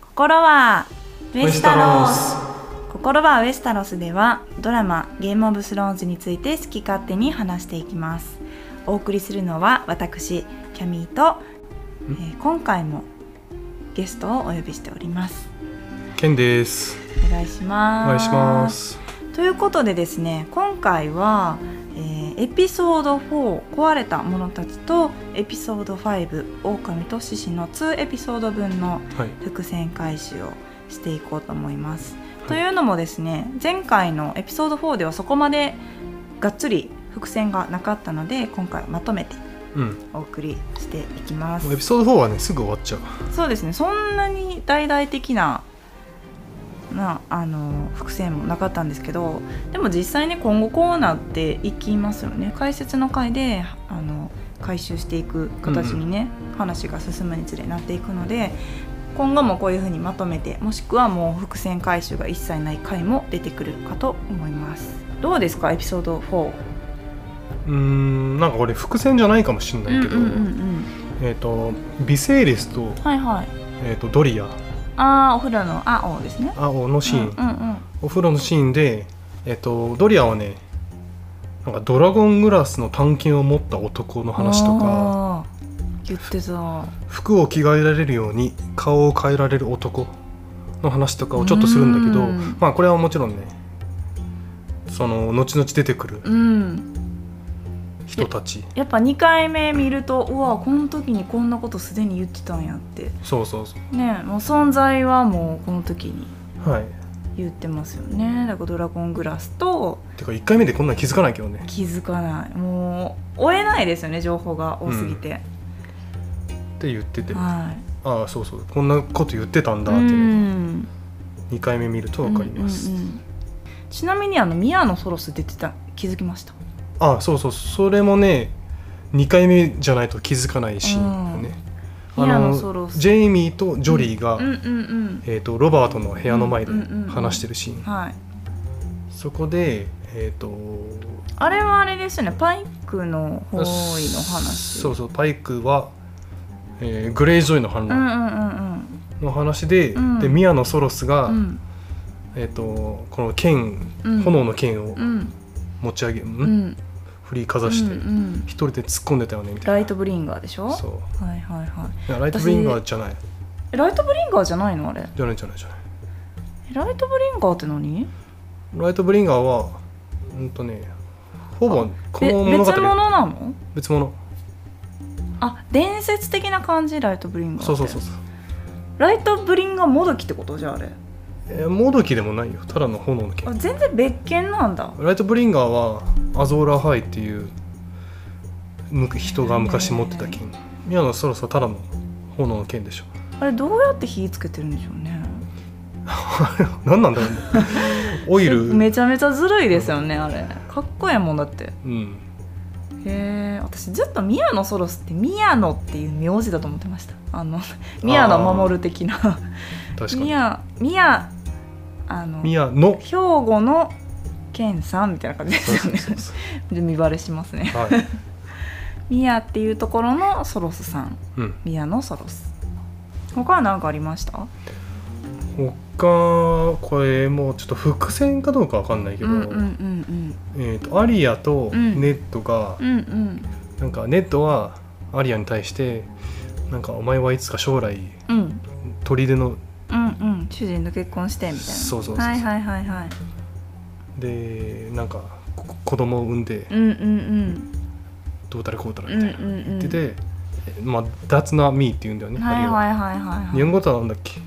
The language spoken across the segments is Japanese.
心はウウェェススタタロロスス心はウェスタロスではドラマ「ゲームオブスローンズ」について好き勝手に話していきますお送りするのは私キャミーと、えー今回もゲストをお呼びしておりますケンですお願いしおます願いしますということでですね今回は、えーエピソード4「壊れた者たち」とエピソード5「狼と獅子」の2エピソード分のはい伏線回収をしていこうと思います。いというのもですね前回のエピソード4ではそこまでがっつり伏線がなかったので今回はまとめてうんお送りしていきますもうエピソード4はねすぐ終わっちゃうそうですねそんなに大々的ななあの伏線もなかったんですけどでも実際ね今後こうなっていきますよね解説の回であの回収していく形にね、話が進むにつれなっていくので今後もこういうふうにまとめてもしくはもう伏線回収が一切ない回も出てくるかと思いますどうですかエピソード4うーんなんかこれ伏線じゃないかもしれないけど、うんうんうんうんえっ、とビセイリスと,、はいはいえー、とドリアああお風呂の青ですね青のシーン、うんうんうんお風呂のシーンでえっ、とドリアはねなんかドラゴングラスの探検を持った男の話とかあー言ってた服を着替えられるように顔を変えられる男の話とかをちょっとするんだけうどんまあこれはもちろんねその後々出てくるうん人 たちやっぱ2回目見るとうわこの時にこんなことすでに言ってたんやってそうそうそねえもう存在はもうこの時にうはい言ってますよねだからドラゴングラスとてか1回目でこんなん気づかないけどね気づかないもう追えないですよね情報が多すぎて、って言っててあはいあそうそうこんなこと言ってたんだうっていうのん2回目見ると分かります、うんうんうんちなみにあのミアのソロス出てた気づきましたあそうそうそれもね2回目じゃないと気づかないシーンだよね、うんあミラのノソロスジェイミーとジョリーが、うんうんうんえー、とロバートの部屋の前でうんうんうん話してるシーン、はいそこでえっ、とあれはあれですよねパイクの方位の話そうそうパイクは、えーグレイジョイの反うんう乱んうんの話で、うんでミアノソロスが、うんうんえー、とこの剣、うん炎の剣をうん持ち上げ、んうん振りかざして、うんうん一人で突っ込んでたよねみたラいイトブリンガーでしょなはそういはいはいやライトブリンガーじゃないいライトブリンガーじゃないのあれじゃないじゃないじゃないライトブリンガーって何ライトブリンガーはうんとねほぼこべの物別語物なの別物あ伝説的な感じライトブリンガーってそうそうそうそうライトブリンガーもどきってことじゃああれえーモドキでもないよただの炎のあ剣全然別件なんだライトブリンガーはアゾーラハイっていうむ人が昔持ってた剣ミアのそろそろただの炎の剣でしょ あれどうやって火つけてるんでしょうね何なん だろうねオイルめちゃめちゃずるいですよねあれかっこええもんだってうんへえ私ずっと宮野ソロスって宮野っていう名字だと思ってましたあの宮野守る的な確かに宮宮あのミアの兵庫の健さんみたいな感じでそうすそようねそうそで見バレしますねうはい宮っていうところのソロスさんうん宮野ソロス他は何かありました他これもうちょっと伏線かどうかわかんないけうど、んうんうんえー、とアリアとうんネットが、うんうんうんなんかネットはアリアに対してなんかお前はいつか将来うん砦のうんうん主人と結婚してみたいなそうそうそうそうはいはいはいはいでなんかこ子供を産んでうんうんどうたらこうたらうんうんみうたんいな、うんででまあ「That's not me」って言うんだよね、はいアリアははいはいはいはい日本語とはなんだっけ、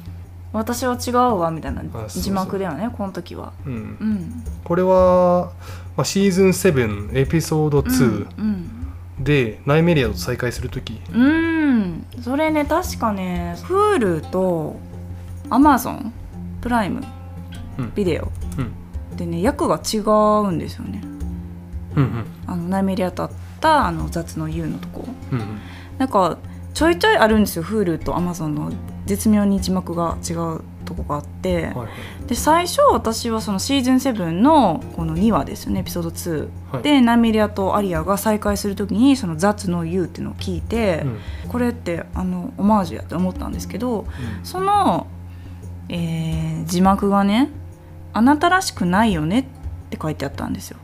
私は違うわみたいなそうそう字幕だよねこの時はうんうんこれは、まあ、シーズン7エピソード2うんで、ナイメリアと再会する時うん、うん、それね確かね Hulu と Amazon プライムうんビデオうんでね役が違うんですよねうんあのナイメリアとあったあの雑の優のとこうんうんなんかちょいちょいあるんですよ Hulu と Amazon の絶妙に字幕が違うとこがあって、うんはいで最初私はそのシーズン7のこの2話ですよねエピソード2はいでナミリアとアリアが再会する時にその「雑の言う」っていうのを聞いて、うんこれってあのオマージュやって思ったんですけどそのえー字幕がね「あなたらしくないよね」って書いてあったんですよ。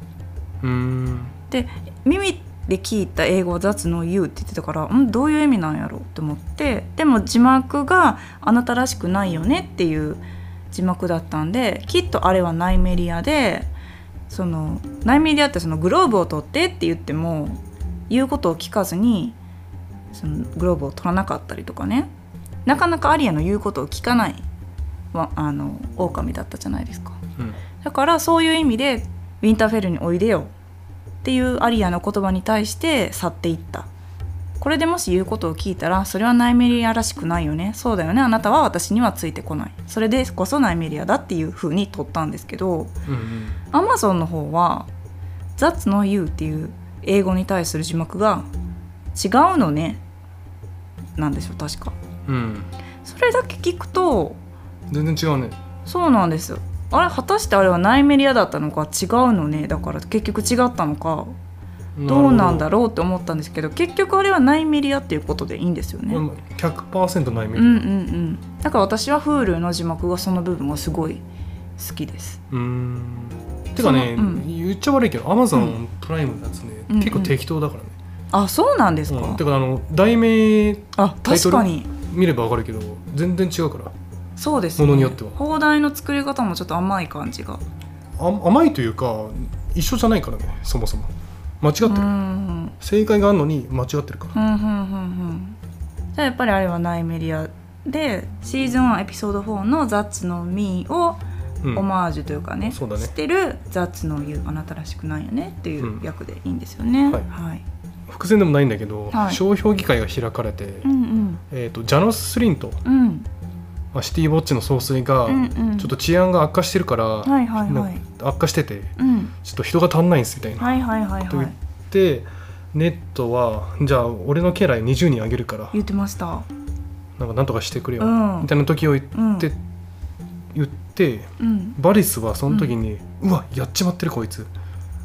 うーんで耳で聞いた英語雑の「You」って言ってたからんどういう意味なんやろうと思ってでも字幕が「あなたらしくないよね」っていう字幕だったんできっとあれはナイメリアでそのナイメリアってそのグローブを取ってって言っても言うことを聞かずにそのグローブを取らなかったりとかねなかなかアリアの言うことを聞かないわあの狼だったじゃないですか。うんだからそういう意味でウィンターフェルにおいでよっていうアリアの言葉に対して去っていったこれでもし言うことを聞いたらそれはナイメリアらしくないよねそうだよねあなたは私にはついてこないそれでこそナイメリアだっていう風に取ったんですけどうんうんアマゾンの方は「That's no you」っていう英語に対する字幕が「違うのね」なんですよ確かうんそれだけ聞くと全然違うねそうなんですあれ果たしてあれはナイメリアだったのか違うのねだから結局違ったのかどうなんだろろうって思ったんですけど結局あれはナイメリアっていうことでいいんですよね。うん100%ないメうんうん、だから私は Hulu の字幕がその部分がすごい好きです。うーんてかね、そのうん言っちゃ悪いけど Amazon プライムのやつね、うん結構適当だからね、あそうなんですうんかてかあの題名あタイト確ルかに見ればわかるけど全然違うからそうですものによっては放題の作り方もちょっと甘い感じが。あ甘いというか一緒じゃないからねそもそも間違ってうんる、うん正解があるのに間違ってるからふ、んふんふんふんじゃあやっぱりあれはナイメリアでシーズン1エピソード4の「That's No Me」をうんオマージュというかね,、そうだねしてる「That's No You あなたらしくないよね」っていううん役でいいんですよね。はいはい伏線でもないんだけど、はい商標議会が開かれて、うんえー、とジャノス・スリンと、うんうんまあ、シティ・ウォッチの総帥が、うんうんちょっと治安が悪化してるから、はいはいはいなんか悪化しててうんちょっと人が足んないんですみたいな、はいはいはいとは言っいてネットはじゃあ俺の家来20人あげるから言ってましたなんかなんとかしてくれよ、うんみたいな時を言うっんて、言ってうんバリスはその時に、うわやっちまってるこいつ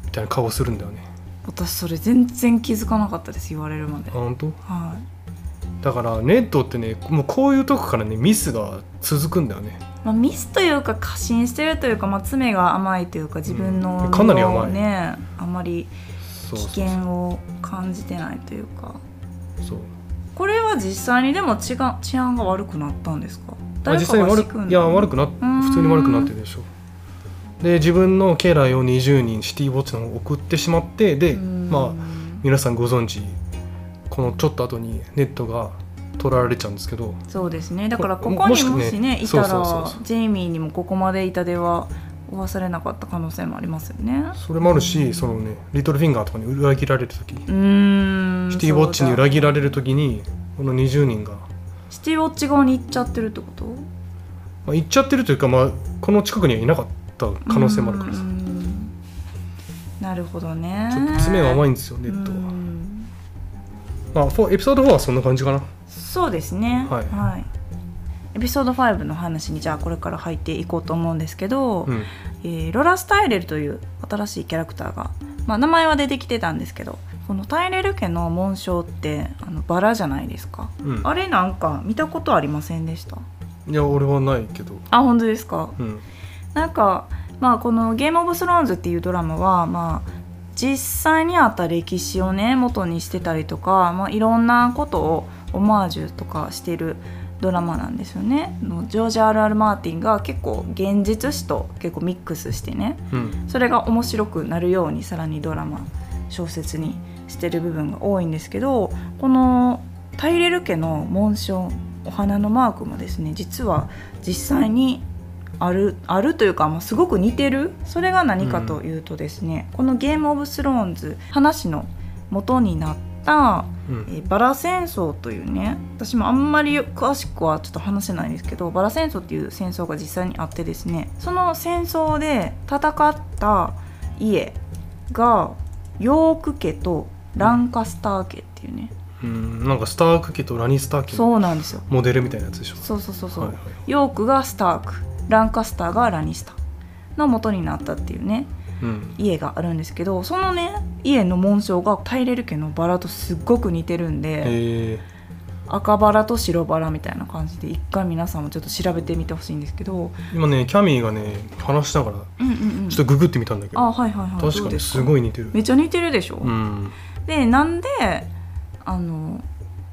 みたいな顔するんだよね私それ全然気づかなかったです言われるまであ本当はだからネットってねもうこういうとこからねミスが続くんだよねいまあ、ミスというか過信してるというか、まあ、爪が甘いというか自分の、うんかなり甘いねあまりそう危そうそ険うを感じてないというかそうこれは実際にでも治安治安が悪くなったんですかまあ誰実か際にが悪仕組んくだいや悪くな普通に悪くなってるでしょで自分の家来を20人シティウォッチの方に送ってしまってでうんまあ皆さんご存知このちょっと後にネットが取られちゃうんですけどそうですねだからこここもにしねもしねいたらそうそうそうそうジェイミーにもここまでいたでは負わされなかった可能性もありますよねそれもあるしそのねリトルフィンガーとかに裏切られる時うーんシティウォッチにそうだ裏切られる時にこの20人が、シティウォッチ側に行っちゃってるってことまあ、行っちゃってるというか、まあ、この近くにはいなかった可能性もあるからうさーんなるほどねちょっと詰めが甘いいんですよネットは、んまあ、フォーエピソード4はそんな感じかなそうですねはいエピソード5の話にじゃあこれから入っていこうと思うんですけど、うんえーロラス・タイレルという新しいキャラクターが、まあ、名前は出てきてたんですけどこのタイレル家の紋章ってあのバラじゃないですかうんあれなんか見たことありませんでしたいや俺はないけどあ本当ですかうんなんか、まあ、この「ゲーム・オブ・スローンズ」っていうドラマは、まあ、実際にあった歴史をね元にしてたりとか、まあ、いろんなことをオマージュとかしてるドラマなんですよね。のジョージ・ R.R. マーティンが結構現実史と結構ミックスしてねうんそれが面白くなるようにさらにドラマ小説にしてる部分が多いんですけどこのタイレル家の紋章お花のマークもですね実は実際にあるあるというか、まあ、すごく似てるそれが何かというとですね、この「ゲーム・オブ・スローンズ」話の元になったうえんーバラ戦争というね私もあんまりよ詳しくはちょっと話せないんですけどバラ戦争っていう戦争が実際にあってですねその戦争で戦った家がヨーク家とランカスター家っていうね、うんなんかスターク家とラニスター家のそうなんですよモデルみたいなやつでしょそうそうそうそう、はいはいヨークがスタークランカスターがラニスタの元になったっていうねうん家があるんですけどそのね家の紋章がタイレル家のバラとすっごく似てるんで、え赤バラと白バラみたいな感じで一回皆さんもちょっと調べてみてほしいんですけど、今ねキャミーがね話しながらうんうんうん、ちょっとググってみたんだけあど、はいはいはいど確かうでにすすごい似てるめっちゃ似てるでしょ、うんでなんであの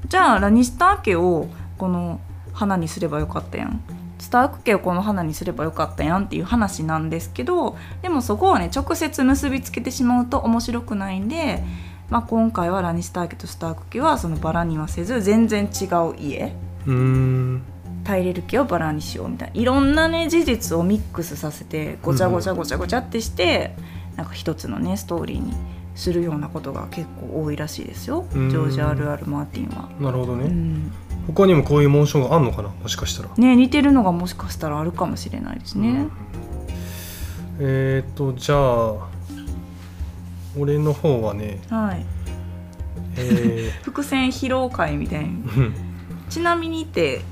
じゃあラニスター家をこの花にすればよかったやんスターク家をこの花にすればよかったやんっていう話なんですけどでもそこをね直接結びつけてしまうと面白くないんで、まあ、今回はラニスター家とスターク家はそのバラにはせず全然違う家うーんタイレル家をバラにしようみたいないろんなね事実をミックスさせてごちゃごちゃごちゃごちゃってして、なんか一つのねストーリーにするようなことが結構多いらしいですよ、うんジョージ・ R.R. マーティンは。なるほどね、うん他にもこういう紋章があんのかなもしかしたらね似てるのがもしかしたらあるかもしれないですね。えっ、ー、とじゃあ俺の方はね、はい、え伏線披露会みたいに ーうんちなみにって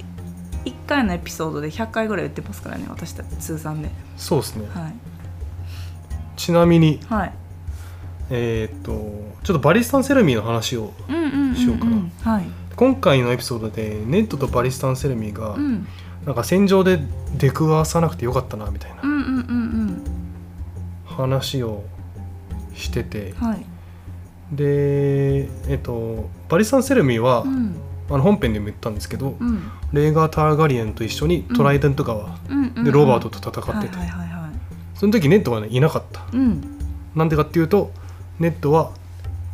1回のエピソードで100回ぐらい言ってますからね私たち通算でそうですねはい、ちなみにはい、えっ、とちょっとバリスタンセラミーの話をうんうんうん、うん、しようかなはい、今回のエピソードでネットとバリスタンセラミーがうん、なんか戦場で出くわさなくてよかったなみたいなうんうんうん話をしててうんはい、でえっ、とバリスタンセラミーは、うんあの本編でも言ったんですけど、うんレーガー・ターガリエンと一緒にトライデント川、でロバートと戦ってて、はいはいはいはその時ネットはねいなかったいうんなんでかっていうとネットは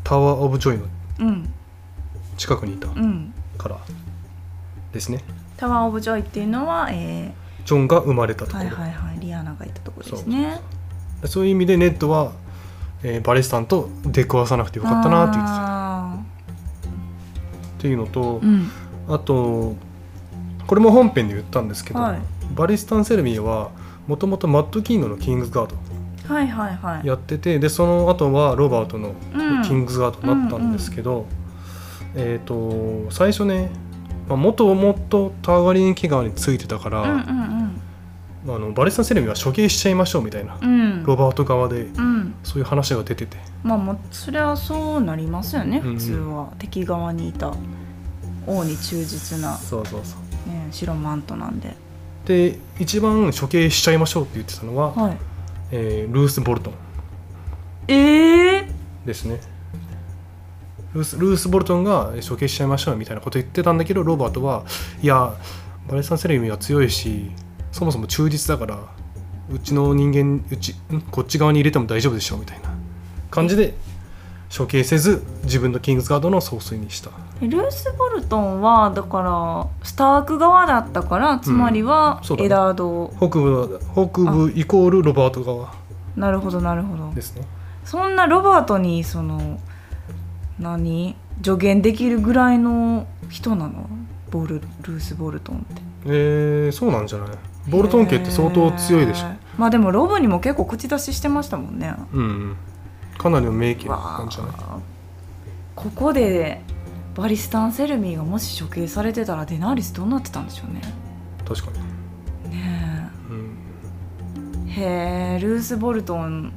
タワー・オブ・ジョイのうん近くにいたうんからですねタワー・オブ・ジョイっていうのは、えジョンが生まれたー、とこはろ、いはいはいリアナがいたところですねそういう意味でネットは、えーバレスタンと出くわさなくてよかったなって言ってたあっていうのとー、うんあとこれも本編で言ったんですけど、はいバリスタン・セルミーはもともとマット・キーノのキングズガードはいはいはいやっててでその後はロバートのうんキングズガードになったんですけど、えっ、と最初ね、まあ、元もっとターガリンキガーについてたから、うんうんあのバレスタン・セレミは処刑しちゃいましょうみたいな、うんうんロバート側でうんそういう話が出ててまあもうそれはそうなりますよねうんうん普通は敵側にいた王に忠実な、そうそうそうね、白マントなんでで一番処刑しちゃいましょうって言ってたのは、はいえールース・ボルトンええですねルースルース・ボルトンがえー処刑しちゃいましょうみたいなこと言ってたんだけどロバートはいやバレスタン・セレミは強いしそもそも忠実だからうちの人間うちんこっち側に入れても大丈夫でしょうみたいな感じで処刑せず自分のキングズガードの総帥にしたルース・ボルトンはだからスターク側だったからつまりはうんそうだねエダード、北部北部イコールロバート側なるほどなるほどですねそんなロバートにその何助言できるぐらいの人なのボルルース・ボルトンってえー、そうなんじゃないボルトン家って相当強いでしょへーまあでもロブにも結構口出ししてましたもんねうんうんかなりの名家わなんじゃないあここでバリスタン・セルミーがもし処刑されてたらデナーリスどうなってたんでしょうね確かに、ねうんえへえルース・ボルトン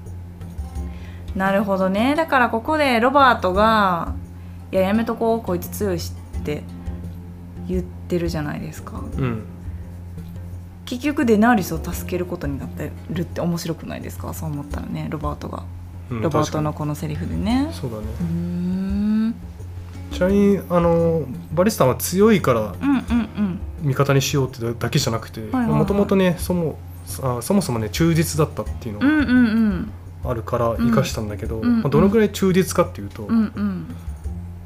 なるほどねだからここでロバートが「いややめとこうこいつ強いし」って言ってるじゃないですかうん、結局デナーリスを助けることになってるって面白くないですかそう思ったらねロバートがうんロバー確かトにのこのセリフでねそうだねうーんちなみにあのバリスタンは強いからうんうん味方にしようってだけじゃなくていはいはいもともとねそもあそもそもね忠実だったっていううのんうんうんうんがあるからん生かしたんだけど、うんまあ、どのくらい忠実かっていうと、うんうん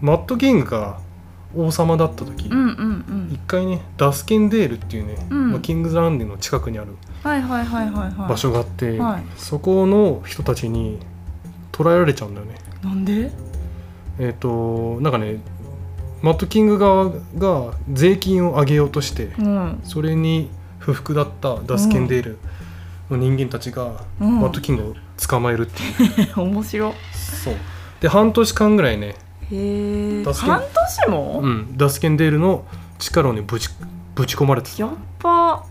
マット・キングが王様だった時、うんうんうん一回ねダスケンデールっていうね、うんまあ、キングズランディの近くにあるはいはいはいはいはい場所があって、はいそこの人たちに捕らえられちゃうんだよね。なんでえっ、となんかねマット・キング側が税金を上げようとして、うんそれに不服だったダスケンデールの人間たちが、うんマット・キングを捕まえるっていう、 面白そうで半年間ぐらいね、へえ助け半年も、うん、ダスケンデールの力をねぶちぶち込まれてたやっぱ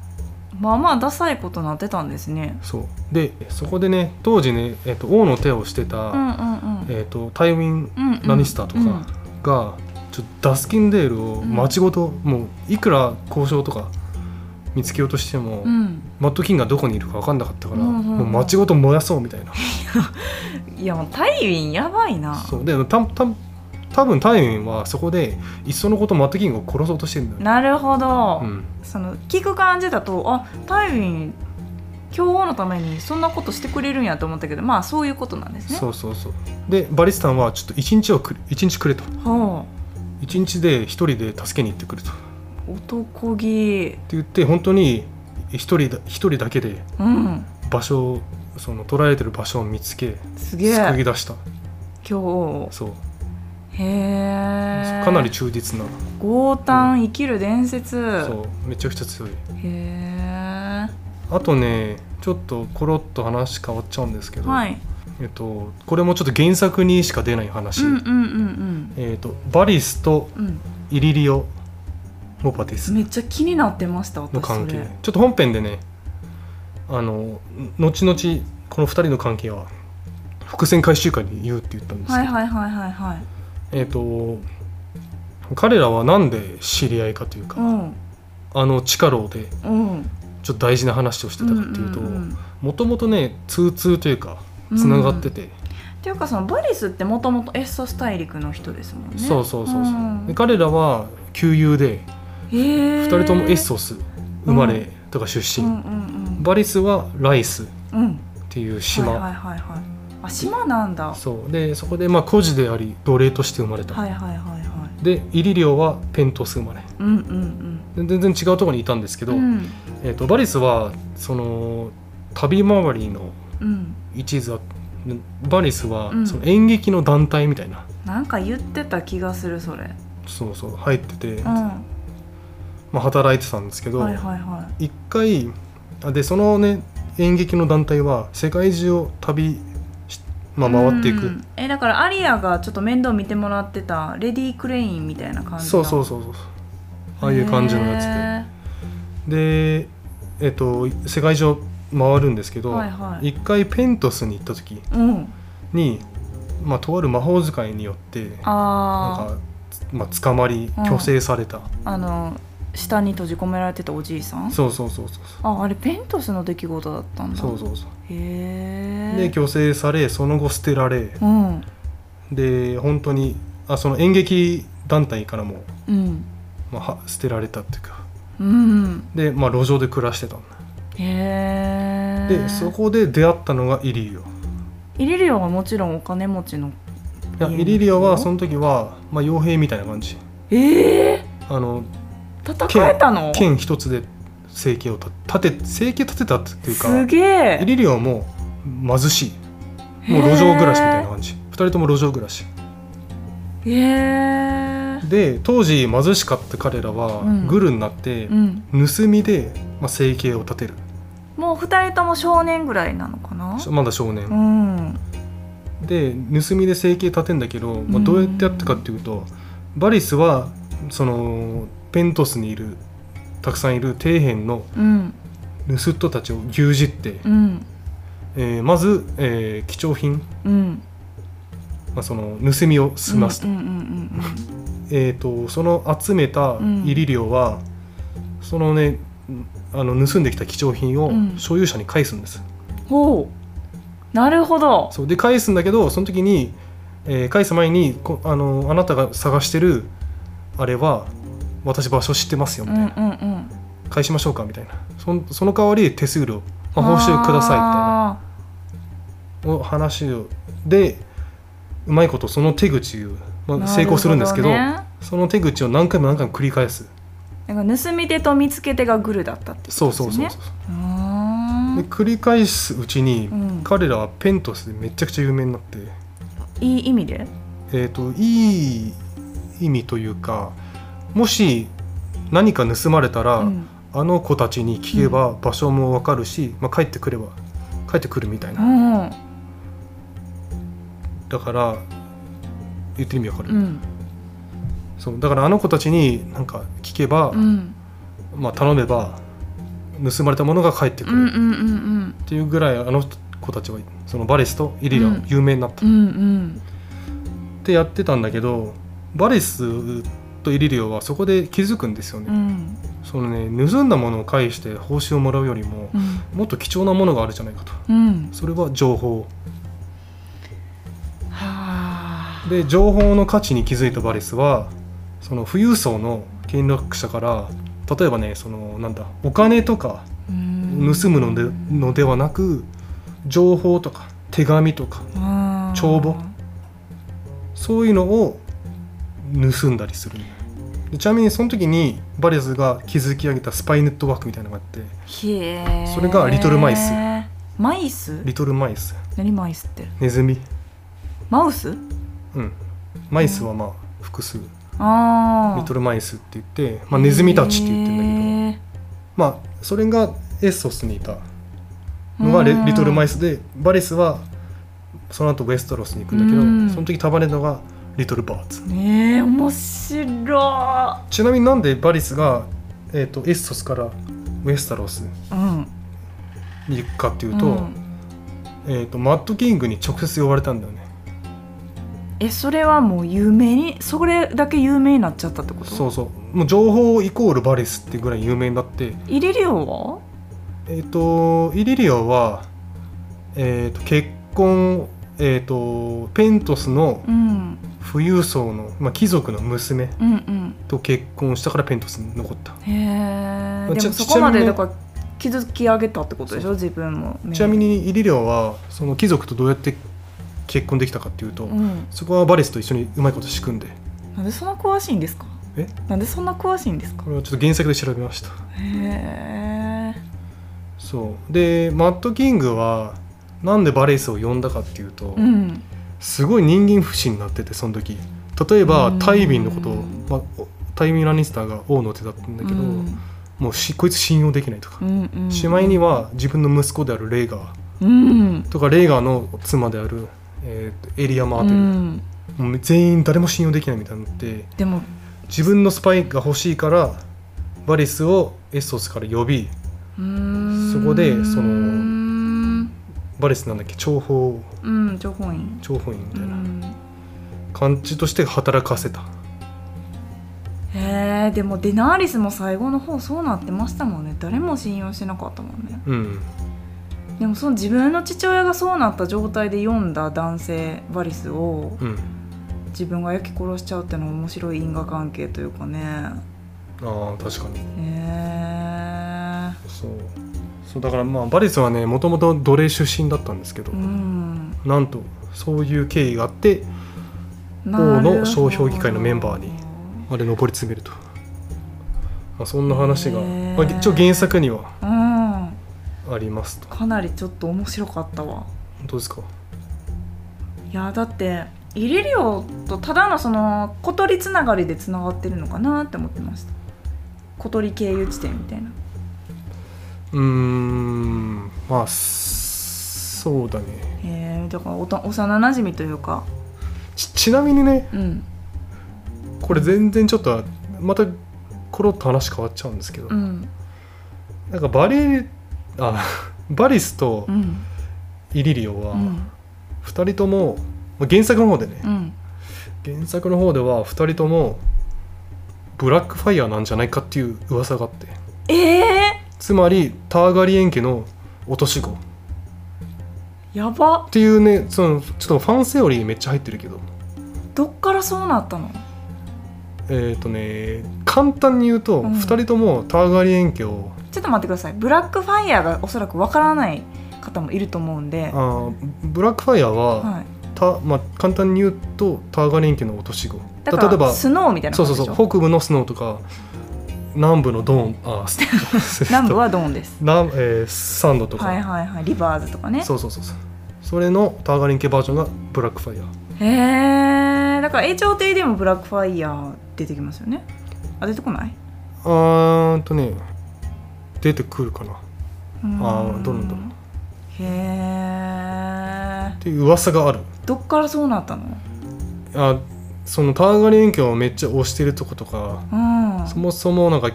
まあまあダサいことなってたんですねそうでそこでね当時ね、えっと王の手をしてた、うんうんうんえっとタイウィン・うんうんラニスターとうんかがちょっとダスキンデールを町ごと、もういくら交渉とか見つけようとしても、うんマット・キンがどこにいるか分かんなかったから、うんうんうんもう町ごと燃やそうみたいないやもうタイウィンやばいなそうでたた多分タイウィンはそこでいっそのことマット・キングを殺そうとしてるんだよね、なるほど、うん、その聞く感じだとあタイウィン強王のためにそんなことしてくれるんやと思ったけどまあそういうことなんですねそうそうそうでバリスタンはちょっと1日をくれ一日くれとは1日で1人で助けに行ってくるとってあ、男気言って本当に1人だ一人だけでうん場所をその捕らえてる場所を見つけすげ救いえ出した強王そうへえかなり忠実な、強胆生きる伝説、そうめちゃくちゃ強いへあとねちょっとコロッと話変わっちゃうんですけえど、はいえっと、これもちょっと原作にしか出ない話、うんうんうんえっとバリスとうんうんイリリオ・モパティスめっちゃ気になってましたの私そ関係れちょっと本編でねあの後々この2人の関係は伏線回収会に言うって言ったんですけど、はいはいはいはいはいえっ、と彼らはなんで知り合いかというか、うんあの地下牢でうんちょっと大事な話をしてたかっていうとんんんもともとね通通というかつながってて、っていうかそのバリスってもともとエッソス大陸の人ですもんねそうそうそうそう、んで彼らは旧友でへえ2人ともエッソス生まれとか出うん身、うんバリスはライスっうんうんていう島、はいはいはいはいあ島なんだはそうでそこでまあ孤児であり奴隷として生まれいた、はいはいはでイリリオはペントス生まれいうんうんで全然違うところにいたんですけうど、んうんえー、とバリスはその旅回りのうん一途だバリスはうんその演劇の団体みたいな、なんか言ってた気がするそれそうそう入ってて、うんまあ、働いてたんですけど、はいはいは一回あでそのね演劇の団体は世界中を旅し、まあ、い回っていく、うんえだからアリアがちょっと面倒見てもらってたレディー・クレインみたいな感じそうそううそうそうああいう感じのやつででえっ、と世界中を回るんですけど、はいはい一回ペントスに行った時うんに、まあ、とある魔法使いによってなんあか、つまあ、捕まりうん虚勢された、ああの下に閉じ込められてたおじいさんそうそうそうそうああれペントスの出来事だったんだそうそうそうへえで虚勢されその後捨てられうんで本当にあその演劇団体からも、うんまあ、は捨てられたっていうかうんで、まあ、路上で暮らしてたんへえだでそこで出会ったのがイリリオいイリリオはもちろんお金持ちのやうんイリリオはその時は、まあ、傭兵みたいな感じええあの戦えたの剣一つで生計を立て生計立てたっていうかすげイえリリオも貧しいもう路上暮らしみたいな感じ二人とも路上暮らしへえで当時貧しかった彼らはうんグルになってう、ん盗みで、まあ、生計を立てるもう二人とも少年ぐらいなのかなまだ少年うんで盗みで生計立てんだけど、うまあ、んどうやってやったかっていうと、バリスはそのペントスにいるたくさんいる底辺のうん盗人たちを牛耳って、うんえーまず、えー貴重品、うんまあ、その盗みを済ますと,、うんうんうんえー、とその集めたイリリオは、そのねあの盗んできた貴重品をうん所有者に返すんです、うんほうなるほどそうで返すんだけどその時に、えー返す前にこあの「あなたが探してるあれは私場所知ってますよ」うみんたいな、うんうん返しましょうかみたいなそんその代わり手数料、まあ、報酬くださいみたいなあお話をでうまいことその手口を、ーまあ、成功するんですけどなるほねその手口を何回も何回も繰り返すなんか盗み手と見つけ手がグルだったっていうそことうですそねうそうそうう、ーんで繰り返すうちに、うん彼らはペントスでめちゃくちゃ有名になって。いい意味でえー、といい意味というかもし何か盗まれたら、うんあの子たちに聞けば場所も分かるし、まあ、帰ってくれば帰ってくるみたいうな、んだから言ってる意味分かうる、んそうだからあの子たちになんか聞けば、うんまあ、頼めば盗まれたものが帰ってくうんうんるうんっていうぐらいあの子たちはそのバレスとイリラうはん有名になったうんうんってやってたんだけどバレスとエリリオはそこで気づくんですようね、んそのね盗んだものを返して報酬をもらうよりもうんもっと貴重なものがあるじゃないかとうんそれは情報はあで情報の価値に気づいたバレスはその富裕層の権力者から例えばねそのなんだお金とかうん盗むのでのではなく情報とか手紙とかあー帳簿そういうのを盗んだりするでちなみにその時にバレスが築き上げたスパイネットワークみたいなのがあってひえそれがリトルマイスマイスリトルマイス何マイスってネズミマウスうんマイスはまあ複数ああリトルマイスって言って、まあ、ネズミたちって言ってるんだけど、だまあそれがエッソスにいたのがレリトルマイススでバレスはその後ウェストロスに行くんだけど、うんその時束ねたのがリトルバーツえー、面白ちなみになんでバレスが、えー、とエッソスからウェストロスいうんに行くかっていうと,、うんえー、とマッドキングに直接呼ばれたんだよねえそれはもう有名にそれだけ有名になっちゃったってことそううそうもう情報イコールバレスってぐらい有名になってイリリオはえっ、とイリリオは、えー、と結婚えっ、とペントスのうん富裕層の、まあ、貴族の娘うんうんと結婚したからペントスに残ったへえちでゃもそこまちなみでにねだから築き上げたってことでしょ自分もちなみににイリリオはその貴族とどうやって結婚できたかっていうと、うんそこはバレスと一緒にうまいこと仕組んでなんでそんな詳しいんですかえなんでそんな詳しいんですかこれはちょっと原作で調べましたへえそうでマット・キングはなんでバレスを呼んだかっていうと、うんすごい人間不信になっててその時例えばうんタイビンのことを、まあ、おタイビン・ラニスターが王の手だったんだけど、うんもうしこいつ信用できないとか、うんうん、しまいには自分の息子であるレイガーうんとかレイガーの妻である、えーとエリア・マうーテル、ん、もう全員誰も信用できないみたいになってでも自分のスパイが欲しいからバリスをエッソスから呼びうーんそこでそのうんバリスなんだっけ諜報うん情報員諜報員みうたいなん感じとして働かせたへえでもデナーリスも最後の方そうなってましたもんね誰も信用してなかったもんねうんでもその自分の父親がそうなった状態で読んだ男性バリスをうん自分が焼き殺しちゃうってのは面白い因果関係というかねああ確かにへそうそうだからまあバリスはねもともと奴隷出身だったんですけど、えうんなんとそういう経緯があって王の商標議会のメンバーにあれ上り詰めると、まあ、そんな話が、へーまあ、一応原作にはうんありますとかなりちょっと面白かったわ本当ですかいやだってイリリオとただのその小鳥つながりでつながってるのかなって思ってました小鳥経由地点みたいなうーんまあすそうだねへえだからおと幼なじみというかちちなみにねうんこれ全然ちょっとまたコロッと話変わっちゃうんですけど、うんなんかバレあ バリスとうんイリリオうはん2人とも、まあ原作の方でねうん原作の方では2人ともブラックファイヤーなんじゃないかっていう噂があってええつまりターガリエン家の落とし子っやばていうねそのちょっとファンセオリーめっちゃ入ってるけどどっからそうなったのえっ、とね簡単に言うと、うん2人ともターガリエン家をちょっと待ってくださいブラックファイヤーがおそらくわからない方もいると思うんであーブラックファイヤーは、はい、たまあ、簡単に言うとターガリエン家の落とし子だ例かえらばスノーみたいなそ感うじそでしうょそう北部のスノーとか南部のドーン あス南部はドーンです 南、えーサンドとか、はいはいはいリバーズとかねそうそうそうそうそれのターガリン系バージョンがブラックファイヤーへえだから A 朝廷でもブラックファイヤー出てきますよねあ出てこないあーんとね出てくるかなっうーあーどうなんだろうへえていう噂があるどっからそうなったのあそのターガリン家をめっちゃ推してるとことかうんそもそもなんか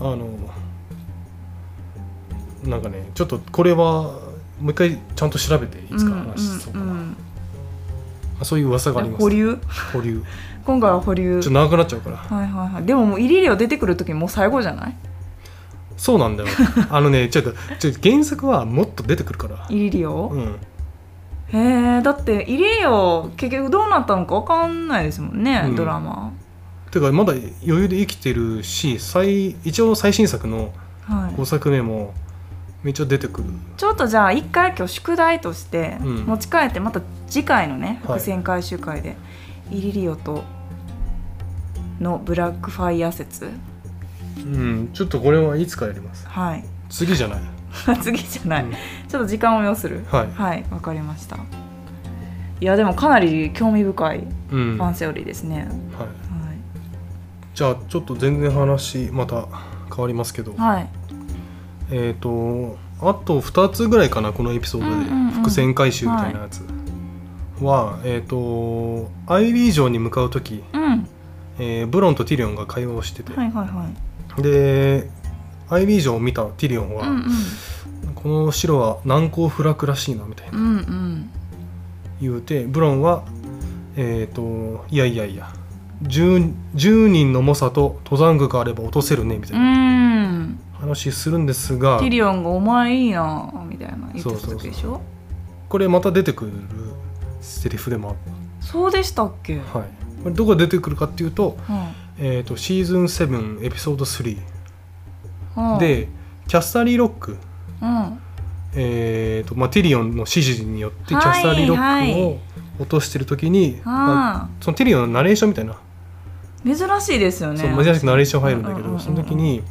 あのなんかねちょっとこれはもう一回ちゃんと調べていつか話しそうかな、んんんあそういう噂があります保留保留今回は保留ちょっと長くなっちゃうからはいはいはいでももう入り量出てくる時もう最後じゃないそうなんだよあのねちょっとちょっと原作はもっと出てくるから入り量、うんへえだって入り量結局どうなったのか分かんないですもんね、うんドラマてかまだ余裕で生きてるし最一応最新作のはい5作目も一応出てくるちょっとじゃあ一回今日宿題としてうん持ち帰ってまた次回のねはい伏線回収会でイリリオとのブラックファイヤー説うんちょっとこれはいつかやりますはい 次じゃない、次じゃない、うんちょっと時間を要するはい、はいわかりましたいやでもかなり興味深いうんファはンセオリーですね、い、じゃあちょっと全然話また変わりますけどはい、はい、えっ、とあと2つぐらいかなこのエピソードうんでうんうん伏線回収みたいなやつは、えっ、とアイビー城に向かう時、うんはいえーブロンとティリオンが会話をしてて、はいはいでアイビー城を見たティリオンは、うんうんこの城は難攻不落らしいなみたいなうんうん言うてブロンはえっ、といやいやいや 10, 10人の猛者と登山具があれば落とせるねみたういなん話するんですが、ティリオンが「お前いいな」みたいな言ってた時でしょこれまた出てくるセリフでもあってそうでしたっけ、はい、これどこで出てくるかっていうと,、はえー、とシーズン7エピソード3いはいでキャスタリーロック、うんえーとまあ、ティリオンの指示によってキはいャスタリーロックはを落としてる時に、まああそのティリオンのナレーションみたいな、ー珍しいですよねそう珍しくナレーション入るんだけど、うんうんうんうんその時に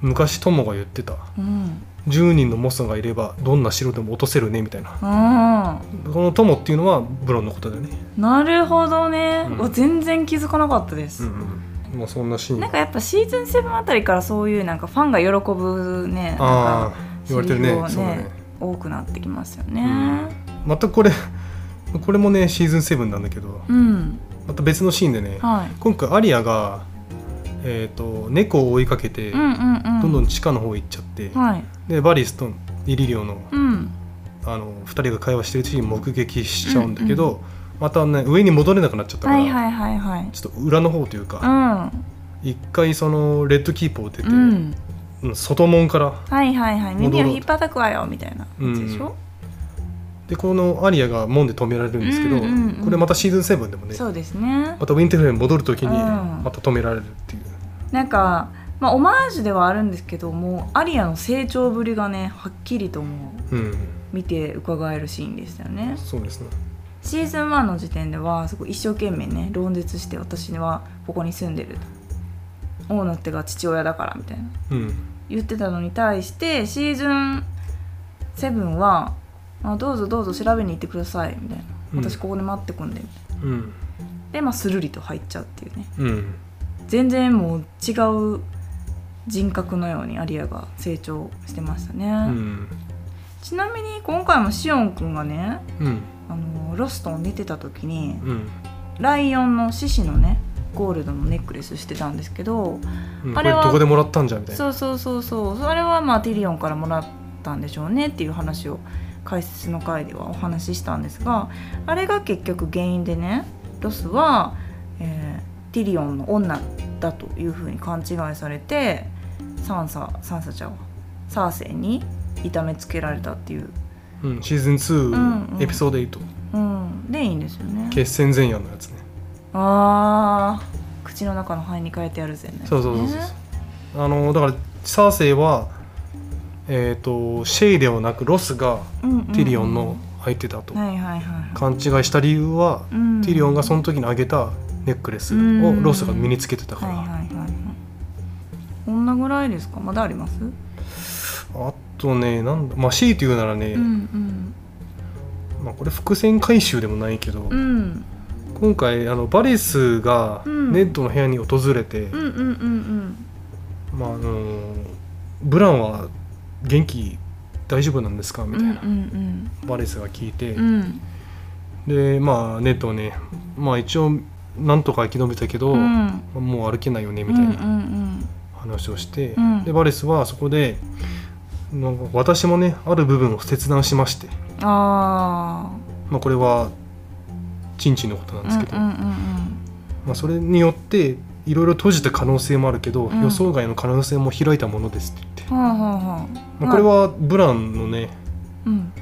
昔友が言ってたうん10人のモスがいればどんな城でも落とせるねみたいなあこの友っていうのはブロンのことだよね、ーなるほどね、うんうわ全然気づかなかったです、うんまあ、そんなシーンなんかやっぱシーズン7あたりからそういうなんかファンが喜ぶねなんあかあ言われてるねセリフをそうだね多くなってきますようねんまたこれこれもねシーズン7なんだけどうん、また別のシーンでねはい今回アリアが、えー、と猫を追いかけて、うんうんうんどんどんん地下の方行っちゃって、はいでバリスとイリリオのうんあの2人が会話してる時に目撃しちゃうんだけど、またね上に戻れなくなっちゃったかはら、いはいはいはいちょっと裏の方というか一、回そのレッドキープを出て、うんうんうん外門からはいはいはい戻ろう耳を引っ叩くわよみたいなやつでしょ、でこのアリアが門で止められるんですけど、うんうんうんこれまたシーズン7でもねそうですねまたウィンテフェルに戻る時にうんまた止められるっていう。なんか、まあ、オマージュではあるんですけどもうアリアの成長ぶりがねはっきりともううん見て伺えるシーンでしたよねそうですね。シーズン1の時点ではすごい一生懸命ね論説して私はここに住んでるとオーナってが父親だからみたいなうん。言ってたのに対してシーズン7は「あどうぞどうぞ調べに行ってください」みたいな「うん私ここで待ってくんで」みたいなうん。でまあスルリと入っちゃうっていうねうん。全然もう違う人格のようにアリアが成長してましたね、うん。ちなみに今回もシオンくんがねうん。あのロストン出てた時にうん。ライオンの獅子のねゴールドのネックレスしてたんですけどうん、こあれれはどこでもらったんじゃみたいな。そうそうそうそうそれはまあティリオンからもらったんでしょうねっていう話を解説の回ではお話ししたんですがあれが結局原因でねロスは、えーティリオンの女だというふうに勘違いされてサンササンサちゃんはサーセイに痛めつけられたっていう、うん、シーズンうんう2んエピソード8、うん、でいいんですよね決戦前夜のやつね。あー口の中の肺に変えてやるぜねそうそうそうそう。あのだからサーセイはえっ、とシェイではなくロスがティリオンの相手だと、はいはいはいはい勘違いした理由は、うんティリオンがその時にあげたネックレスうをんロスが身につけてたかはいら、はいはいはいこんなぐらいですかまだありますあとねなんだまあ C というならね、うんまあ、これ伏線回収でもないけど、うんうん今回あのバリスがうんネッドの部屋に訪れて、うんうんうんまああのブランは元気大丈夫なんですか?」うんみうたいんな、うんバリスが聞いて、うんでまあネッドをね、まあ、一応なんとか生き延びたけど、うんもう歩けないよねうみんたういんな話をして、うんでバリスはそこでなんか私もねある部分を切断しまして、うんあまあ、これはチンチンのことなんですけど、うんうんうんうんまあ、それによっていろいろ閉じた可能性もあるけど、うん予想外の可能性も開いたものですって言って、はあはあはあまあ、これはブランのね、うん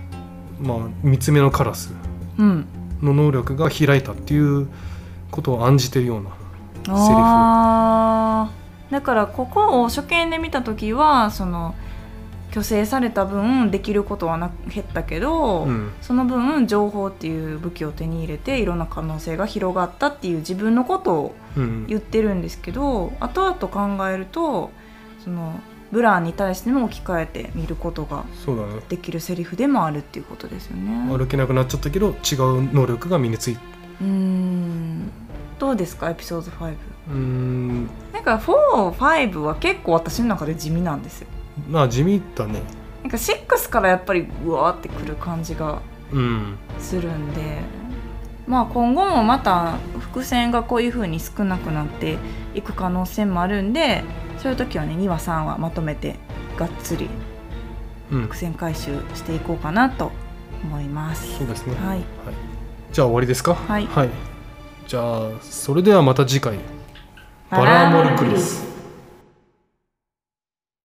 まあ、3つ目のカラスうんの能力が開いたっていうことを案じてるようなあーだからここを初見で見た時はその虚勢された分できることはな減ったけど、うんその分情報っていう武器を手に入れていろんな可能性が広がったっていう自分のことをうん言ってるんですけど後々考えるとそのブランに対しても置き換えて見ることがそうだねできるセリフでもあるっていうことですよね。歩けなくなっちゃったけど違う能力が身についてうーんどうですかエピソード5。うーんなんか45は結構私の中で地味なんですよまあ地味だねなんか6からやっぱりうわーってくる感じがうんするんでまあ今後もまた伏線がこういう風に少なくなっていく可能性もあるんでそういう時はね2話3話まとめてがっつりうん伏線回収していこうかなと思いますそうですねはいじゃあ終わりですかはいじゃあそれではまた次回バラーモルクリス